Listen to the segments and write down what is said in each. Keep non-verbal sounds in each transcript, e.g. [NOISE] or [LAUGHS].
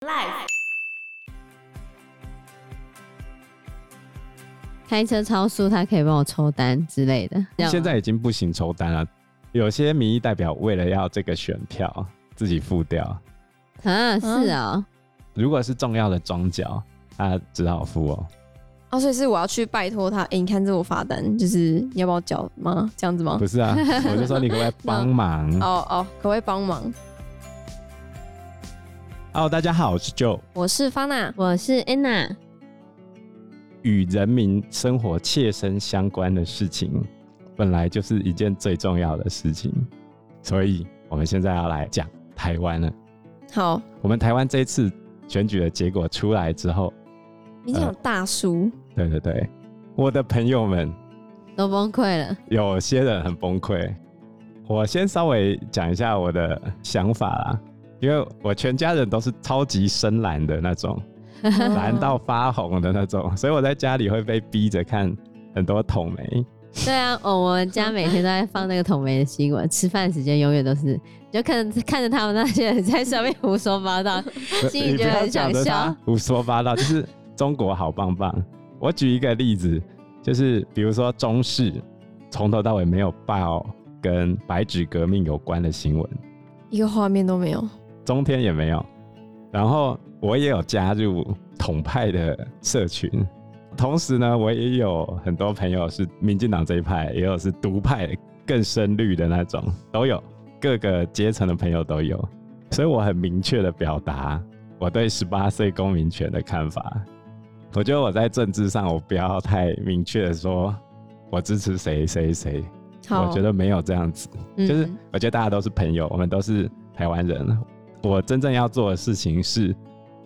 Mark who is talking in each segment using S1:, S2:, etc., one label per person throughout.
S1: life。
S2: 开车超速，他可以帮我抽单之类的。这样吗
S3: 现在已经不行抽单了，有些民意代表为了要这个选票，自己付掉。
S2: 啊，是啊、
S3: 如果是重要的庄脚，他只好付哦。
S4: 哦，所以是我要去拜托他，哎、你看这我罚单，就是你要帮我缴吗？这样子
S2: 哦
S4: 吗
S3: 不？是
S2: [LAUGHS]
S3: 啊，我就说你可不可以帮忙？
S4: 哦哦，可不可以帮忙？
S3: 哦，大家好，我是 Joe。
S4: 我是方娜，
S2: 我是 Anna，
S3: 与人民生活切身相关的事情，本来就是一件最重要的事情，所以我们现在要来讲台湾了。
S4: 好，
S3: 我们台湾这一次选举的结果出来之后，
S4: 你
S3: 呃
S4: 讲大叔，
S3: 对对对，我的朋友们
S2: 都崩溃了。
S3: 有些人很崩溃。我先稍微讲一下我的想法啦，因为我全家人都是超级深蓝的那种，
S2: 嗯
S4: [LAUGHS]
S3: 蓝到发红的那种，所以我在家里会被逼着看很多统
S2: [LAUGHS]
S3: 媒。
S2: 对啊，哦，我们家每天都在放那个统媒的新闻， [LAUGHS] 吃饭时间永远都是，你就看着看着他们那些人在上面胡说八 [LAUGHS] 道，心里
S3: 你不
S2: 觉得
S3: 要
S2: 很
S3: 讲
S2: 想
S3: 得他
S2: 笑。
S3: 胡说八道，就是中国好棒棒。我举一个例子，就是比如说中视从头到尾没有报跟白纸革命有关的新闻，
S4: 一个画面都没有。
S3: 中天也没有。然后我也有加入统派的社群，同时呢，我也有很多朋友是民进党这一派，也有是独派更深绿的那种，都有各个阶层的朋友都有。所以我很明确的表达我对十八岁公民权的看法。我觉得我在政治上，我不要太明确的说我支持谁谁谁，
S4: 好，
S3: 我觉得没有这样子。
S4: 嗯
S3: 就是我觉得大家都是朋友，我们都是台湾人。我真正要做的事情是，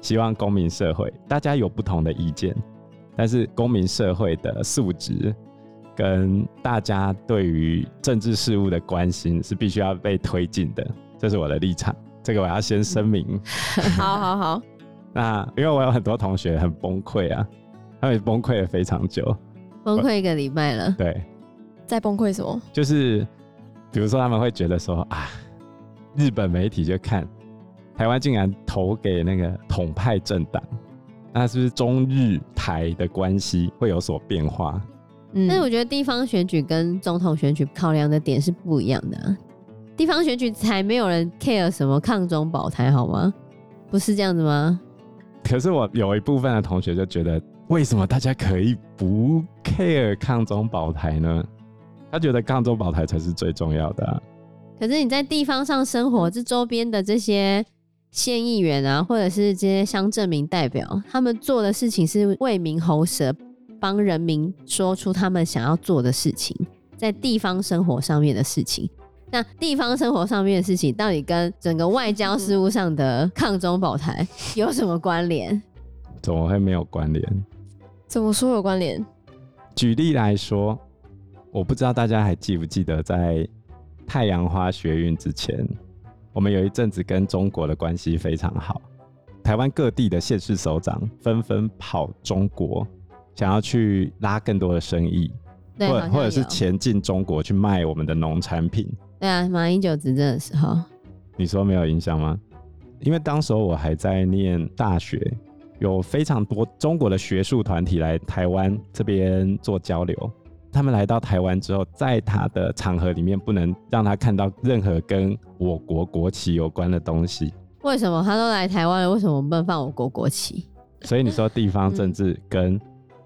S3: 希望公民社会大家有不同的意见，但是公民社会的素质跟大家对于政治事务的关心是必须要被推进的，这是我的立场。这个我要先声
S4: 嗯
S3: 明。
S4: 好好好，
S3: 那因为我有很多同学很崩溃啊，他们崩溃了非常久。
S2: 崩溃一个礼拜了。
S3: 对，
S4: 在崩溃什么？
S3: 就是比如说他们会觉得说啊，日本媒体就看台湾竟然投给那个统派政党，那是不是中日台的关系会有所变化？
S4: 嗯
S2: 但是我觉得地方选举跟总统选举考量的点是不一样的、啊，地方选举才没有人 care 什么抗中保台，好吗？不是这样子吗？
S3: 可是我有一部分的同学就觉得，为什么大家可以不 care 抗中保台呢？他觉得抗中保台才是最重要的、啊。
S2: 可是你在地方上生活，这周边的这些县议员啊，或者是这些乡镇民代表，他们做的事情是为民喉舌，帮人民说出他们想要做的事情，在地方生活上面的事情。那地方生活上面的事情，到底跟整个外交事务上的抗中保台 [LAUGHS] 有什么关联？
S3: 怎么会没有关联？
S4: 怎么说有关联？
S3: 举例来说，我不知道大家还记不记得，在太阳花学运之前，我们有一阵子跟中国的关系非常好，台湾各地的县市首长纷纷跑中国，想要去拉更多的生意，
S2: 对，
S3: 或
S2: 好
S3: 者
S2: 像
S3: 或者是
S2: 有
S3: 前进中国去卖我们的农产品。
S2: 对啊，马英九执政的时候，
S3: 你说没有影响吗？因为当时候我还在念大学，有非常多中国的学术团体来台湾这边做交流。他们来到台湾之后，在他的场合里面不能让他看到任何跟我国国旗有关的东西。
S2: 为什么他都来台湾了，为什么不能放我国国旗？
S3: 所以你说地方政治跟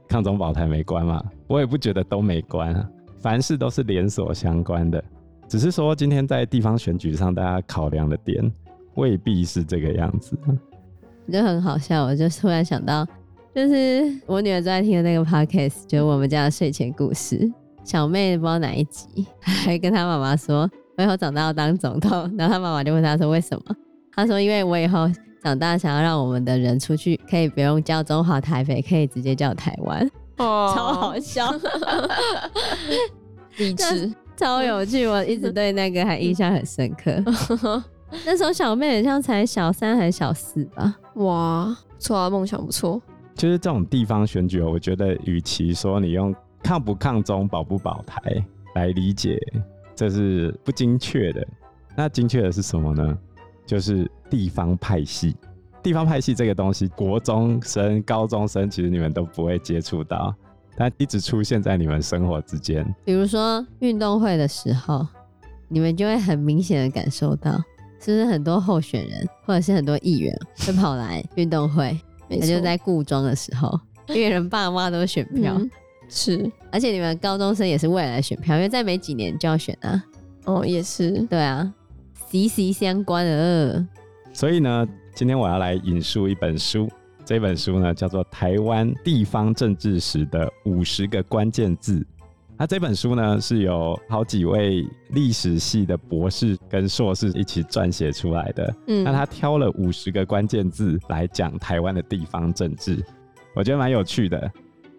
S3: 抗中保台没关吗？我也不觉得都没关啊，凡事都是连锁相关的，只是说今天在地方选举上大家考量的点未必是这个样子。
S2: 我就很好笑，我就突然想到，就是我女儿最爱听的那个 podcast，就是我们家的睡前故事。小妹不知道哪一集，还跟她妈妈说，我以后长大要当总统。 [LAUGHS] 然后她妈妈就问她说为什么？她说因为我以后长大想要让我们的人出去，可以不用叫中华台北，可以直接叫台湾，
S4: 哦
S2: 超好笑，
S4: 励志。
S2: 超有趣。我一直对那个还印象很深刻。那时候小妹很像才小三还是小四吧？
S4: 哇，不错啊，梦想不错。
S3: 就是这种地方选举，我觉得与其说你用抗不抗中、保不保台来理解，这是不精确的。那精确的是什么呢？就是地方派系。地方派系这个东西，国中生、高中生其实你们都不会接触到，它一直出现在你们生活之间。
S2: 比如说运动会的时候，你们就会很明显的感受到，是不是很多候选人或者是很多议员会跑来运动会？
S4: 没
S2: 那
S4: 错，
S2: 就在故装的时候，因为人爸妈都选票，
S4: 嗯是
S2: 而且你们高中生也是未来选票，因为再没几年就要选啊。
S4: 哦，也是
S2: 对啊，息息相关的。呃
S3: 所以呢，今天我要来引述一本书，这本书呢叫做《台湾地方政治史的五十个关键字》。那这本书呢是由好几位历史系的博士跟硕士一起撰写出来的。
S4: 嗯
S3: 那他挑了五十个关键字来讲台湾的地方政治，我觉得蛮有趣的。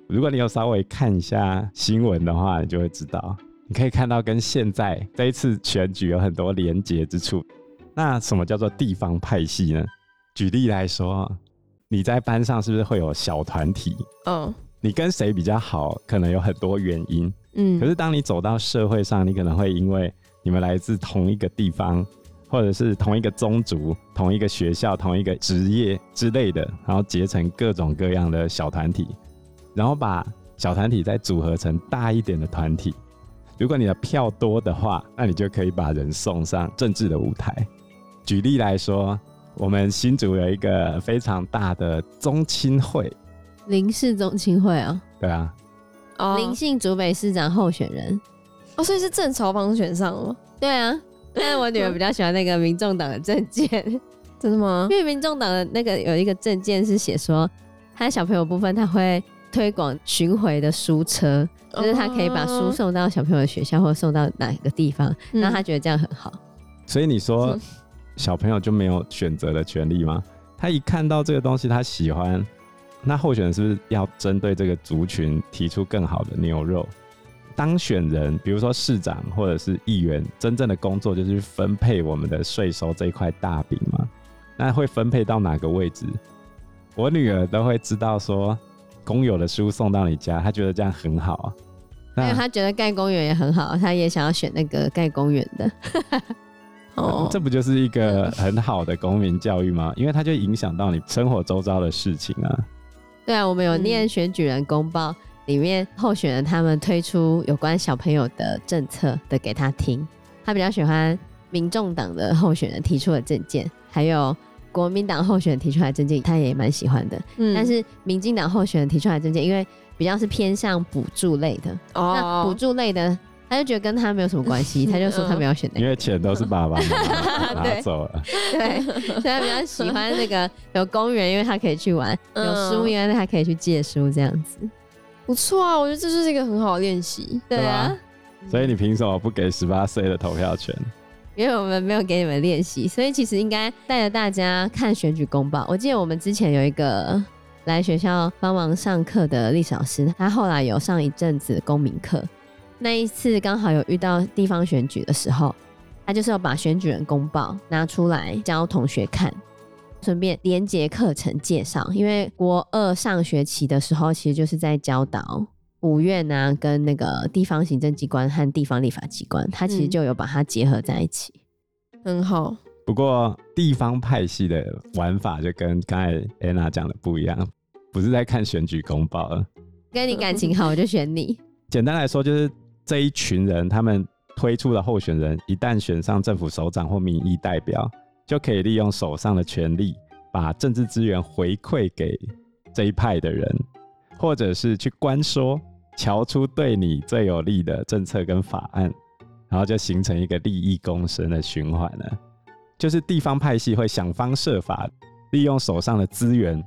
S3: 如果你有稍微看一下新闻的话，你就会知道，你可以看到跟现在这一次选举有很多连结之处。那什么叫做地方派系呢？举例来说，你在班上是不是会有小团体？
S4: 哦，
S3: 你跟谁比较好，可能有很多原因。
S4: 嗯，
S3: 可是当你走到社会上，你可能会因为你们来自同一个地方，或者是同一个宗族、同一个学校、同一个职业之类的，然后结成各种各样的小团体，然后把小团体再组合成大一点的团体。如果你的票多的话，那你就可以把人送上政治的舞台。举例来说，我们新竹有一个非常大的宗亲会，
S2: 林氏宗亲会啊，
S3: 对啊，
S4: 哦
S2: 林姓竹北市长候选人。
S4: 哦，所以是郑朝芳选上了吗，
S2: 对啊，但是我女儿比较喜欢那个民众党的证件，
S4: 真的吗
S2: 因？为民众党的那个有一个证件是写说，他小朋友部分他会推广巡回的书车，就是他可以把书送到小朋友的学校或者送到哪一个地方，
S4: 哦嗯，
S2: 那他觉得这样很好。
S3: 所以你说
S4: 嗯
S3: 小朋友就没有选择的权利吗？他一看到这个东西，他喜欢，那候选人是不是要针对这个族群提出更好的牛肉？当选人，比如说市长或者是议员，真正的工作就是分配我们的税收这一块大饼嘛。那会分配到哪个位置？我女儿都会知道说，工友的书送到你家，她觉得这样很好啊。
S2: 还有
S3: 那
S2: 他觉得盖公园也很好，他也想要选那个盖公园的。
S4: 哦，
S3: [LAUGHS] 这不就是一个很好的公民教育吗？因为它就影响到你生活周遭的事情啊。
S2: 对啊，我们有
S4: 嗯
S2: 念选举人公报，里面候选人他们推出有关小朋友的政策的给他听，他比较喜欢民众党的候选人提出的政见，还有国民党候选人提出来的政见，他也蛮喜欢的。
S4: 嗯
S2: 但是民进党候选人提出来的政见，因为比较是偏向补助类的，那补
S4: 哦，
S2: 助类的他就觉得跟他没有什么关
S4: [LAUGHS]
S2: 系，他就说他没有选那
S3: 因
S4: 嗯
S2: 个，
S3: 为钱都是爸爸妈妈
S4: 对
S3: 拿走了，
S4: [LAUGHS]
S2: 对，所以他比较喜欢那个有公园，因为他可以去玩；有
S4: 嗯
S2: 书，因为他可以去借书，这样子。
S4: 不错啊，我觉得这就是一个很好的练习。
S2: 对啊。
S3: 吧所以你凭什么不给十八岁的投票权？
S2: 因为我们没有给你们练习，所以其实应该带着大家看选举公报。我记得我们之前有一个来学校帮忙上课的历史老师，他后来有上一阵子公民课，那一次刚好有遇到地方选举的时候，他就是要把选举人公报拿出来教同学看。顺便连接课程介绍，因为国二上学期的时候，其实就是在教导五院啊，跟那个地方行政机关和地方立法机关，它其实
S4: 嗯
S2: 就有把它结合在一起。
S4: 很好，
S3: 不过地方派系的玩法就跟刚才 Anna 讲的不一样，不是在看选举公报了。
S2: 跟你感情好，我就选你。
S3: 简单来说，就是这一群人他们推出的候选人，一旦选上政府首长或民意代表，就可以利用手上的权力，把政治资源回馈给这一派的人，或者是去官说，瞧出对你最有利的政策跟法案，然后就形成一个利益共生的循环了。就是地方派系会想方设法，利用手上的资源，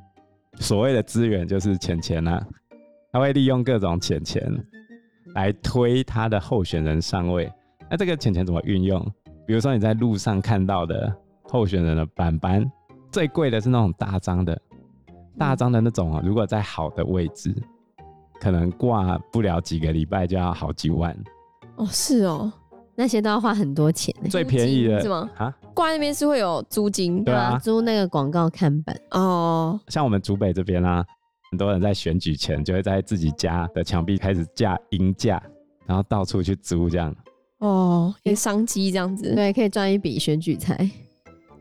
S3: 所谓的资源就是钱钱啊，他会利用各种钱钱来推他的候选人上位。那这个钱钱怎么运用？比如说你在路上看到的候选人的板板，最贵的是那种大张的，大张的那种哦，如果在好的位置，可能挂不了几个礼拜就要好几万。
S4: 哦，是哦，
S2: 那些都要花很多钱、欸，
S3: 最便宜的
S4: 是吗
S3: 啊，
S4: 挂在那边是会有租金
S3: 对啊，
S2: 租那个广告看板，
S4: 哦，
S3: 像我们竹北这边啊，很多人在选举前就会在自己家的墙壁开始架鹰架，然后到处去租这样。
S4: 哦，一个商机这样子。
S2: 对，可以赚一笔选举财。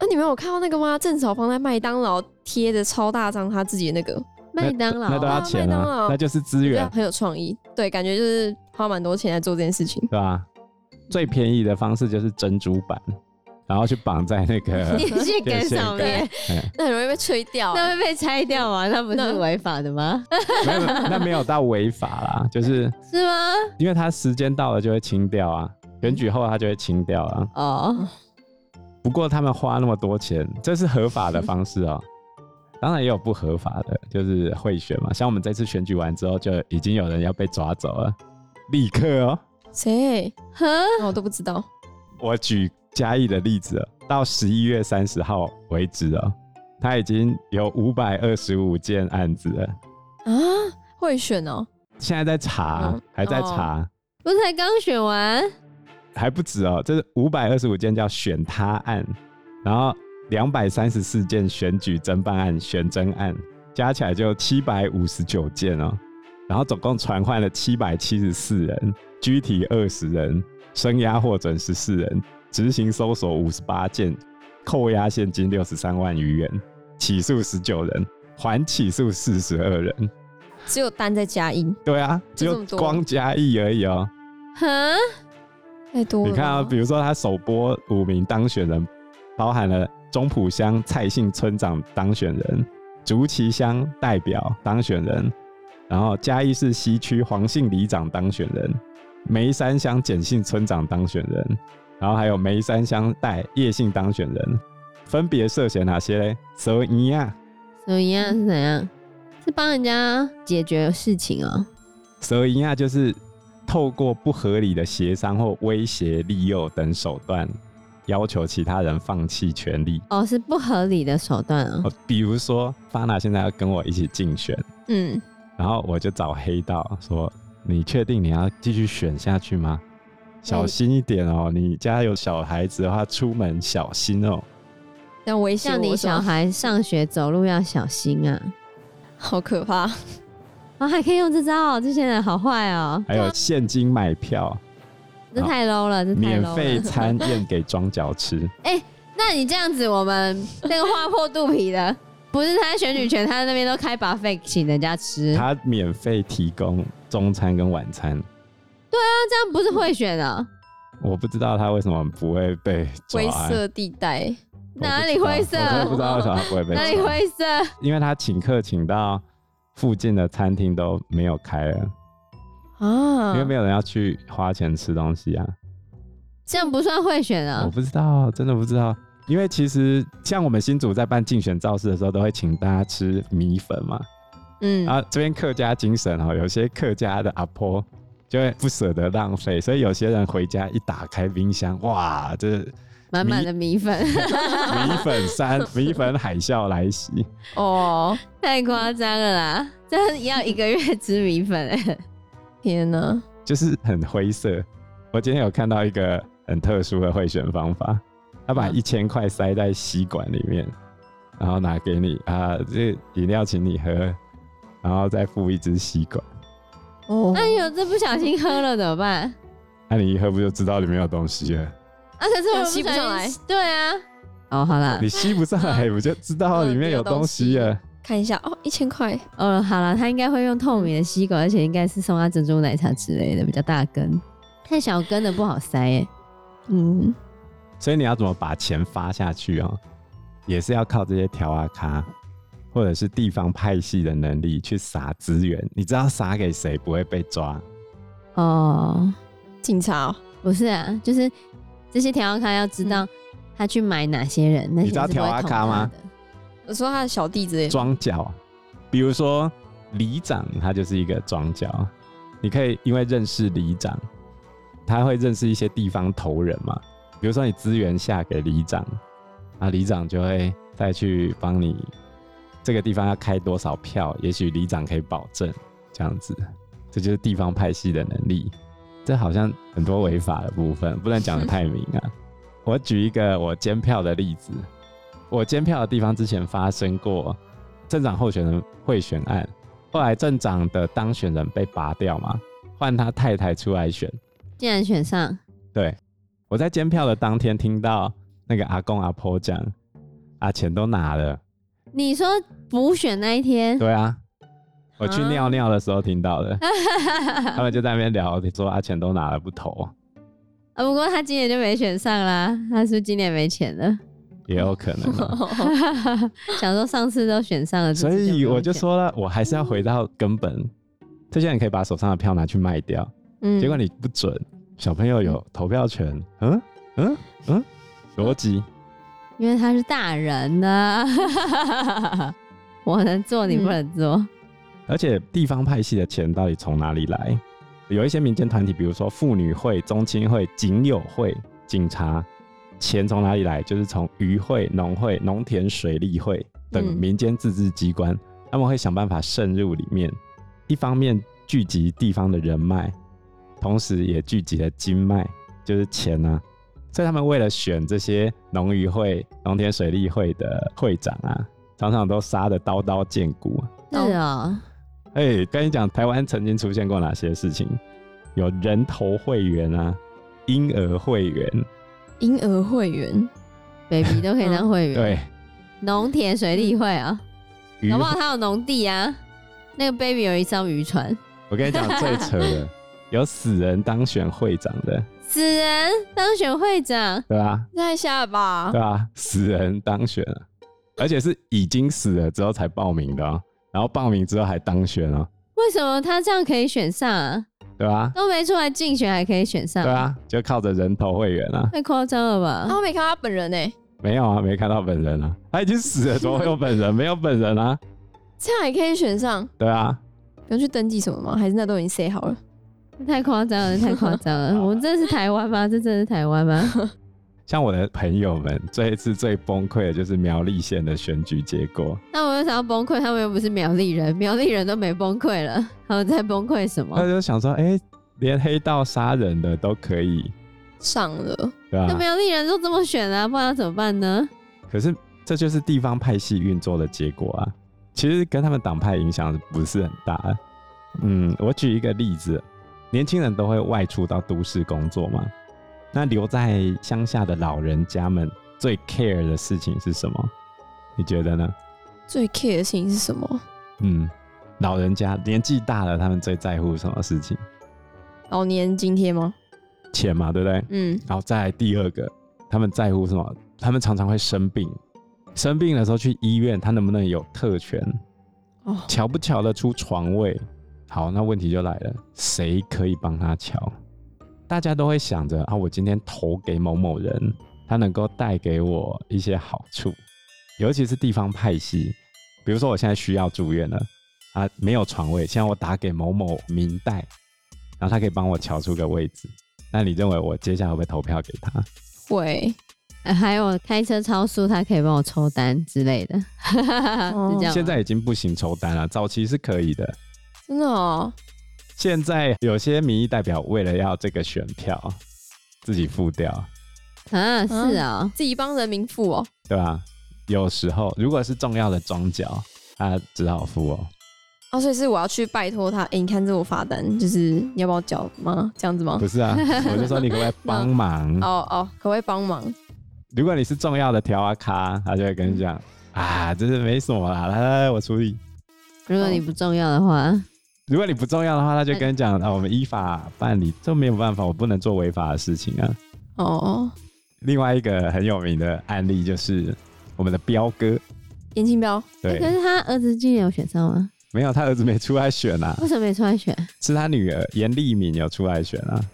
S4: 那你们有看到那个吗？郑少芳在麦当劳贴的超大张他自己的那个，
S2: 麦当劳
S3: 那都要
S2: 啊，
S3: 钱
S4: 麦当
S3: 啊，
S4: 劳
S3: 那就是资
S4: 对
S3: 源
S4: 啊，，很有创意。对，感觉就是花蛮多钱来做这件事情。
S3: 对吧？最便宜的方式就是珍珠板，然后去绑在
S2: [LAUGHS]
S3: 那个
S2: 电线杆上面
S3: 电，嗯
S4: 那很容易被吹掉、啊
S2: 那会被拆掉吗？那不是违法的吗？
S3: 没有，那没有到违法啦，就是
S2: 是吗？
S3: 因为它时间到了就会清掉啊，选举后它就会清掉啊。
S2: 哦，
S3: 不过他们花那么多钱，这是合法的方式哦。当然也有不合法的，就是贿选嘛。像我们这次选举完之后，就已经有人要被抓走了，立刻哦。
S4: 谁？
S2: 呵，
S4: 那我都不知道。
S3: 我举嘉义的例子哦，到十一月三十号为止哦，他已经有五百二十五件案子了，
S4: 啊，会选哦、
S3: 现在在查，
S4: 嗯
S3: 还在查，
S2: 不是才刚选完？
S3: 还不止哦，这是五百二十五件叫选他案，然后两百三十四件选举侦办案、选侦案，加起来就七百五十九件哦。然后总共传唤了七百七十四人，拘提二十人，声押获准十四人，执行搜索五十八件，扣押现金六十三万余元，起诉十九人，还起诉四十二人。
S4: 只有单在加一，
S3: 对啊，只
S4: 就这
S3: 有
S4: 么多
S3: 光加一而已哦。
S2: 哈，
S4: 太多了吧。
S3: 你看啊，比如说他首播五名当选人，包含了中埔乡蔡姓村长当选人、竹崎乡代表当选人，然后嘉义市西区黄姓里长当选人，梅山乡简姓村长当选人，然后还有梅山乡代叶姓当选人，分别涉嫌哪些嘞？蛇一啊，
S2: 怎么样是怎样？是帮人家解决事情哦。
S3: 蛇一啊就是透过不合理的协商或威胁、利诱等手段，要求其他人放弃权利。
S2: 哦，是不合理的手段哦。
S3: 哦，比如说巴娜现在要跟我一起竞选，
S4: 嗯，
S3: 然后我就找黑道说：“你确定你要继续选下去吗？小心一点哦，你家有小孩子的话，出门小心哦。
S4: 这样危险
S2: 像你小，孩上学走路要小心啊！
S4: 好可怕。
S2: 啊、还可以用这招哦，这些人好坏哦，
S3: 还有现金买票，
S2: 这太 low 了，这太
S3: 免
S2: low
S3: 费
S2: 了。
S3: 餐宴给庄
S2: [LAUGHS]
S3: 脚吃。
S2: 那你这样子，我们那个划破肚皮
S4: [LAUGHS]
S2: 的，不是他在选举权，他在那边都开把费请人家吃，
S3: 他免费提供中餐跟晚餐。
S2: 那这样不是贿选啊？
S3: 我不知道他为什么不会被抓、
S4: 灰
S3: 欸
S4: 色地带，
S3: 我不知道
S2: 哪里灰色
S3: 我真的不知道为什么他不会被
S2: [LAUGHS]
S3: 抓。
S2: 哪里灰色？
S3: 因为他请客请到附近的餐厅都没有开了，
S4: 啊
S3: 因为没有人要去花钱吃东西啊。
S2: 这样不算贿选
S3: 我
S2: 啊？
S4: 哦
S3: 不知道，真的不知道。因为其实像我们新组在办竞选造势的时候，都会请大家吃米粉嘛。
S4: 嗯
S3: 然后这边客家精神哦，有些客家的阿婆就会不舍得浪费，所以有些人回家一打开冰箱，哇，这米
S2: 满满的米粉，
S3: 粉山、米粉海啸来袭。
S4: 哦，
S2: [LAUGHS] 太夸张了啦！这要一个月吃米粉、欸，
S4: 天哪，
S3: 就是很灰色。我今天有看到一个很特殊的贿选方法，他把
S4: 嗯
S3: 一千块塞在吸管里面，然后拿给你啊，这饮料请你喝，然后再附一支吸管，
S4: 哦，
S2: 那、有哎这不小心喝了怎么办？
S3: 那、啊你一喝不就知道里面有东西 [LAUGHS] 了？
S2: 啊，可是我
S4: 又吸不
S2: 小心
S4: 上来。
S2: 对啊。哦，好啦，
S3: 你吸不上来，不就知道里面嗯有东西了？
S4: 看一下哦，一千块，
S2: 哦，好啦，他应该会用透明的吸管，而且应该是送他珍珠奶茶之类的，比较大根。太小根的不好塞欸耶、
S4: 嗯，
S3: 所以你要怎么把钱发下去哦，也是要靠这些调啊咖。或者是地方派系的能力去撒资源，你知道撒给谁不会被抓？
S2: 哦，
S4: 警察哦、
S2: 不是啊，就是这些调咖要知道他去买哪些人，那些
S3: 你知道
S2: 是不会
S3: 调阿
S2: 捅
S3: 咖
S2: 他
S3: 吗
S2: 的？
S4: 我说他的小弟之类的，
S3: 庄脚，比如说里长，他就是一个庄脚。你可以因为认识里长，他会认识一些地方头人嘛。比如说你资源下给里长，啊，里长就会再去帮你这个地方要开多少票，也许里长可以保证这样子。这就是地方派系的能力。这好像很多违法的部分，不能讲的太明啊。我举一个我监票的例子，我监票的地方之前发生过镇长候选人贿选案，后来镇长的当选人被拔掉嘛，换他太太出来选。
S2: 竟然选上，
S3: 对，我在监票的当天听到那个阿公阿婆讲，啊，钱都拿了，
S2: 你说补选那一天，
S3: 对啊，我去
S2: 啊
S3: 尿尿的时候听到的，他们就在那边聊，说啊，钱都拿了不投，
S2: 啊，不过他今年就没选上啦，他是不是今年没钱了？
S3: 也有可能啊、
S2: 想说上次都选上了，这次
S3: 所
S2: 没
S3: 以
S2: 有
S3: 我就
S2: 钱，
S3: 说了，我还是要回到根本，这些人可以把手上的票拿去卖掉，
S4: 嗯
S3: 结果你不准，小朋友有投票权，嗯嗯嗯，逻辑
S2: 因为他是大人呢、 [LAUGHS] 我能做你不能做，
S3: 而且地方派系的钱到底从哪里来？有一些民间团体，比如说妇女会、宗亲会、警友会、警察，钱从哪里来？就是从渔会、农会、农田水利会等
S4: 嗯
S3: 民间自治机关，他们会想办法渗入里面，一方面聚集地方的人脉，同时也聚集了经脉，就是钱啊。所以他们为了选这些农渔会、农田水利会的会长啊，常常都杀得刀刀见骨啊。
S4: 嗯
S2: 是哦，
S3: 哎、跟你讲，台湾曾经出现过哪些事情？有人头会员啊，婴儿会员，
S4: [LAUGHS] 婴儿会员
S2: baby 都可以当会员，
S3: 嗯对，
S2: 农田水利会啊、
S3: 鱼
S2: 搞不好他有农地啊。那个 baby 有一艘渔船，
S3: 我跟你讲最
S2: [LAUGHS]
S3: 扯的，有死人当选会长的，
S2: 死人当选会长，
S3: 对吧、啊
S4: 太瞎了吧
S2: 啊
S3: 对？吧、啊死人当选啊，而且是已经死了之后才报名的、哦，然后报名之后还当选哦，
S2: 为什么他这样可以选上啊？
S3: 对吧、
S2: 都没出来竞选还可以选上，
S3: 对啊，就靠着人头会员啊，
S2: 太夸张了吧？
S4: 啊我没看到他本人诶、
S3: 没有啊，没看到本人啊，他已经死了，怎么会有本人？没有本人啊，
S4: 这样也可以选上，
S3: 对啊，
S4: 不用去登记什么吗？还是那都已经 say 好了？
S2: 太夸张了，太夸张
S3: [LAUGHS]
S2: 了！
S3: 好
S2: 我们这是台湾吗？这真的是台湾吗？
S3: 像我的朋友们，这一次最崩溃的就是苗栗县的选举结果。
S2: 那我为啥要崩溃？他们又不是苗栗人，苗栗人都没崩溃了，他们在崩溃什
S3: 他
S2: 么？
S3: 就想说，哎、连黑道杀人的都可以，
S4: 上了，
S3: 对吧、
S2: 那苗栗人都这么选啊，不然要怎么办呢？
S3: 可是这就是地方派系运作的结果啊。其实跟他们党派影响不是很大啊。嗯，我举一个例子，年轻人都会外出到都市工作嘛，那留在乡下的老人家们最 care 的事情是什么？你觉得呢？
S4: 最 care 的事情是什么？
S3: 嗯，老人家年纪大了，他们最在乎什么事情？
S4: 老年津贴吗？
S3: 钱嘛，对不对？
S4: 嗯，
S3: 然后再来第二个，他们在乎什么？他们常常会生病，生病的时候去医院，他能不能有特权？
S4: 哦，
S3: 瞧不瞧得出床位？好，那问题就来了，谁可以帮他瞧？大家都会想着啊，我今天投给某某人，他能够带给我一些好处，尤其是地方派系。比如说我现在需要住院了啊，没有床位，现在我打给某某明代，然后他可以帮我瞧出个位置。那你认为我接下来会不会投票给他？
S4: 会，
S2: 呃还有开车超速，他可以帮我抽单之类的， [LAUGHS] 是这样吗？
S3: 哦现在已经不行抽单了，早期是可以的。
S4: 真的哦，
S3: 现在有些民意代表为了要这个选票，自己付掉，
S2: 啊，是
S3: 嗯
S2: 啊、
S4: 自己帮人民付哦，
S3: 对吧？有时候如果是重要的庄脚，他只好付哦。
S4: 哦，所以是我要去拜托他，哎、你看这我罚单，就是你要帮我缴吗？这样子吗
S3: 不？是啊，我就说你可不可以帮忙？
S4: 哦哦，可不可以帮忙？
S3: 如果你是重要的条啊咖，他就会跟你讲啊，这是没什么啦，来来来，我处理。
S2: 如果你不重要的话，
S3: 哦如果你不重要的话，他就跟你讲啊，我们依法办理，这没有办法，我不能做违法的事情啊。
S4: 哦哦，
S3: 另外一个很有名的案例就是我们的彪哥，
S4: 严清标，
S3: 对，
S2: 哎可是他儿子今年有选上吗？
S3: 没有，他儿子没出来选
S2: [LAUGHS]
S3: 啊，
S2: 为什么没出来选？
S3: 是他女儿严丽敏有出来选啊。
S2: 嗯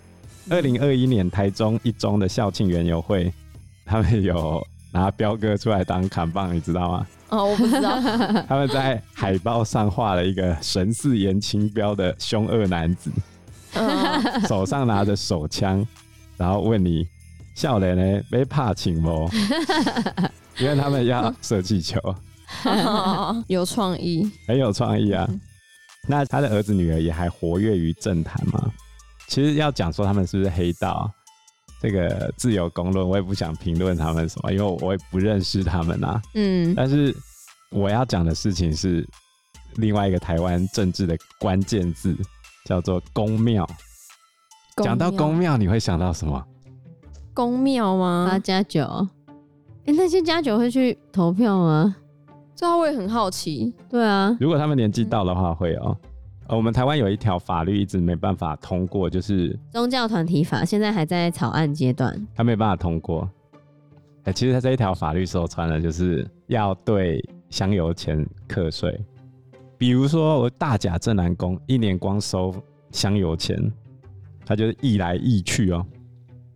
S3: 二零二一年台中一中的校庆园游会，他们有拿彪哥出来当扛棒，你知
S2: [LAUGHS]
S3: 道吗？
S4: 哦，我不知 [LAUGHS] 道，
S3: 他们在海报上画了一个神似严清标的凶恶男
S2: [LAUGHS]
S3: 子，
S4: 嗯
S3: 手上拿着手枪，然后问你笑脸呢没怕请吗？
S2: [LAUGHS]
S3: 因为他们要射气球，
S4: 哦 [LAUGHS] 有创意，
S3: 很有创意啊。那他的儿子女儿也还活跃于政坛吗？其实要讲说他们是不是黑道，啊这个自由公论，我也不想评论他们什么，因为我也不认识他们啊。
S4: 嗯，
S3: 但是我要讲的事情是另外一个台湾政治的关键字，叫做公庙。讲到公
S4: 庙
S3: 庙，你会想到什么？
S4: 公庙
S2: 八
S4: 吗？
S2: 加九，哎、嗯那些家酒会去投票吗？
S4: 所以我也很好奇，
S2: 对啊，
S3: 如果他们年纪到的话，会哦。呃，我们台湾有一条法律一直没办法通过，就是
S2: 宗教团体法现在还在草案阶段，
S3: 他没办法通过。哎、其实他这一条法律说穿了，就是要对香油钱课税。比如说，我大甲镇南宫一年光收香油钱，他就是一来一去哦，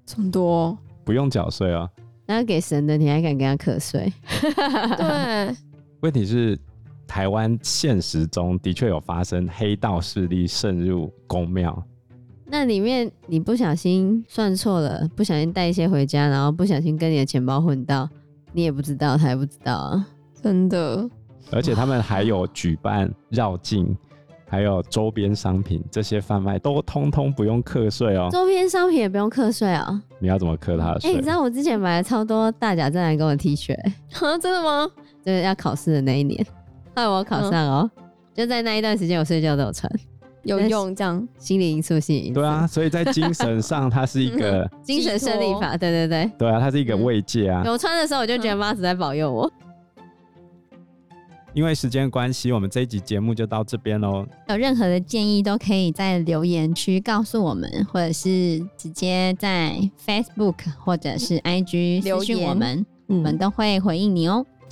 S4: 这么多哦、
S3: 不用缴税哦。
S2: 那给神的你还敢跟他瞌睡？
S4: 对，
S3: 问题是，台湾现实中的确有发生黑道势力渗入宫庙，
S2: 那里面你不小心算错了，不小心带一些回家，然后不小心跟你的钱包混到，你也不知道，他也不知道啊。
S4: [LAUGHS] 真的，
S3: 而且他们还有举办绕境，还有周边商品这些贩卖都通通不用课税
S2: [LAUGHS]
S3: 哦。
S2: 周边商品也不用课税哦。
S3: 你要怎么课他的
S2: 哎、
S3: 税？
S2: 你知道我之前买了超多大甲正南宫的 T 恤，
S4: 啊， [LAUGHS] 真的吗？
S2: 就是要考试的那一年，后来我考上哦，就在那一段时间我睡觉都有穿。
S4: 有
S2: 但是
S4: 用这样？
S2: 心理因素、心理因素，
S3: 对啊，所以在精神上，它是一个
S2: 精神胜利法，对对对。
S3: 对啊，它是一个慰藉啊。
S2: 有穿的时候，我就
S1: 嗯
S2: 觉得妈祖在保佑我。
S3: 因为时间关系，我们这一集节目就到这边喽。
S2: 嗯
S1: 有任何的建议都可以在留言区告诉我们，或者是直接在 Facebook 或者是
S2: 嗯
S1: IG
S4: 留
S1: 私讯
S4: 言
S1: 我们，我
S4: 嗯
S1: 们都会回应你哦。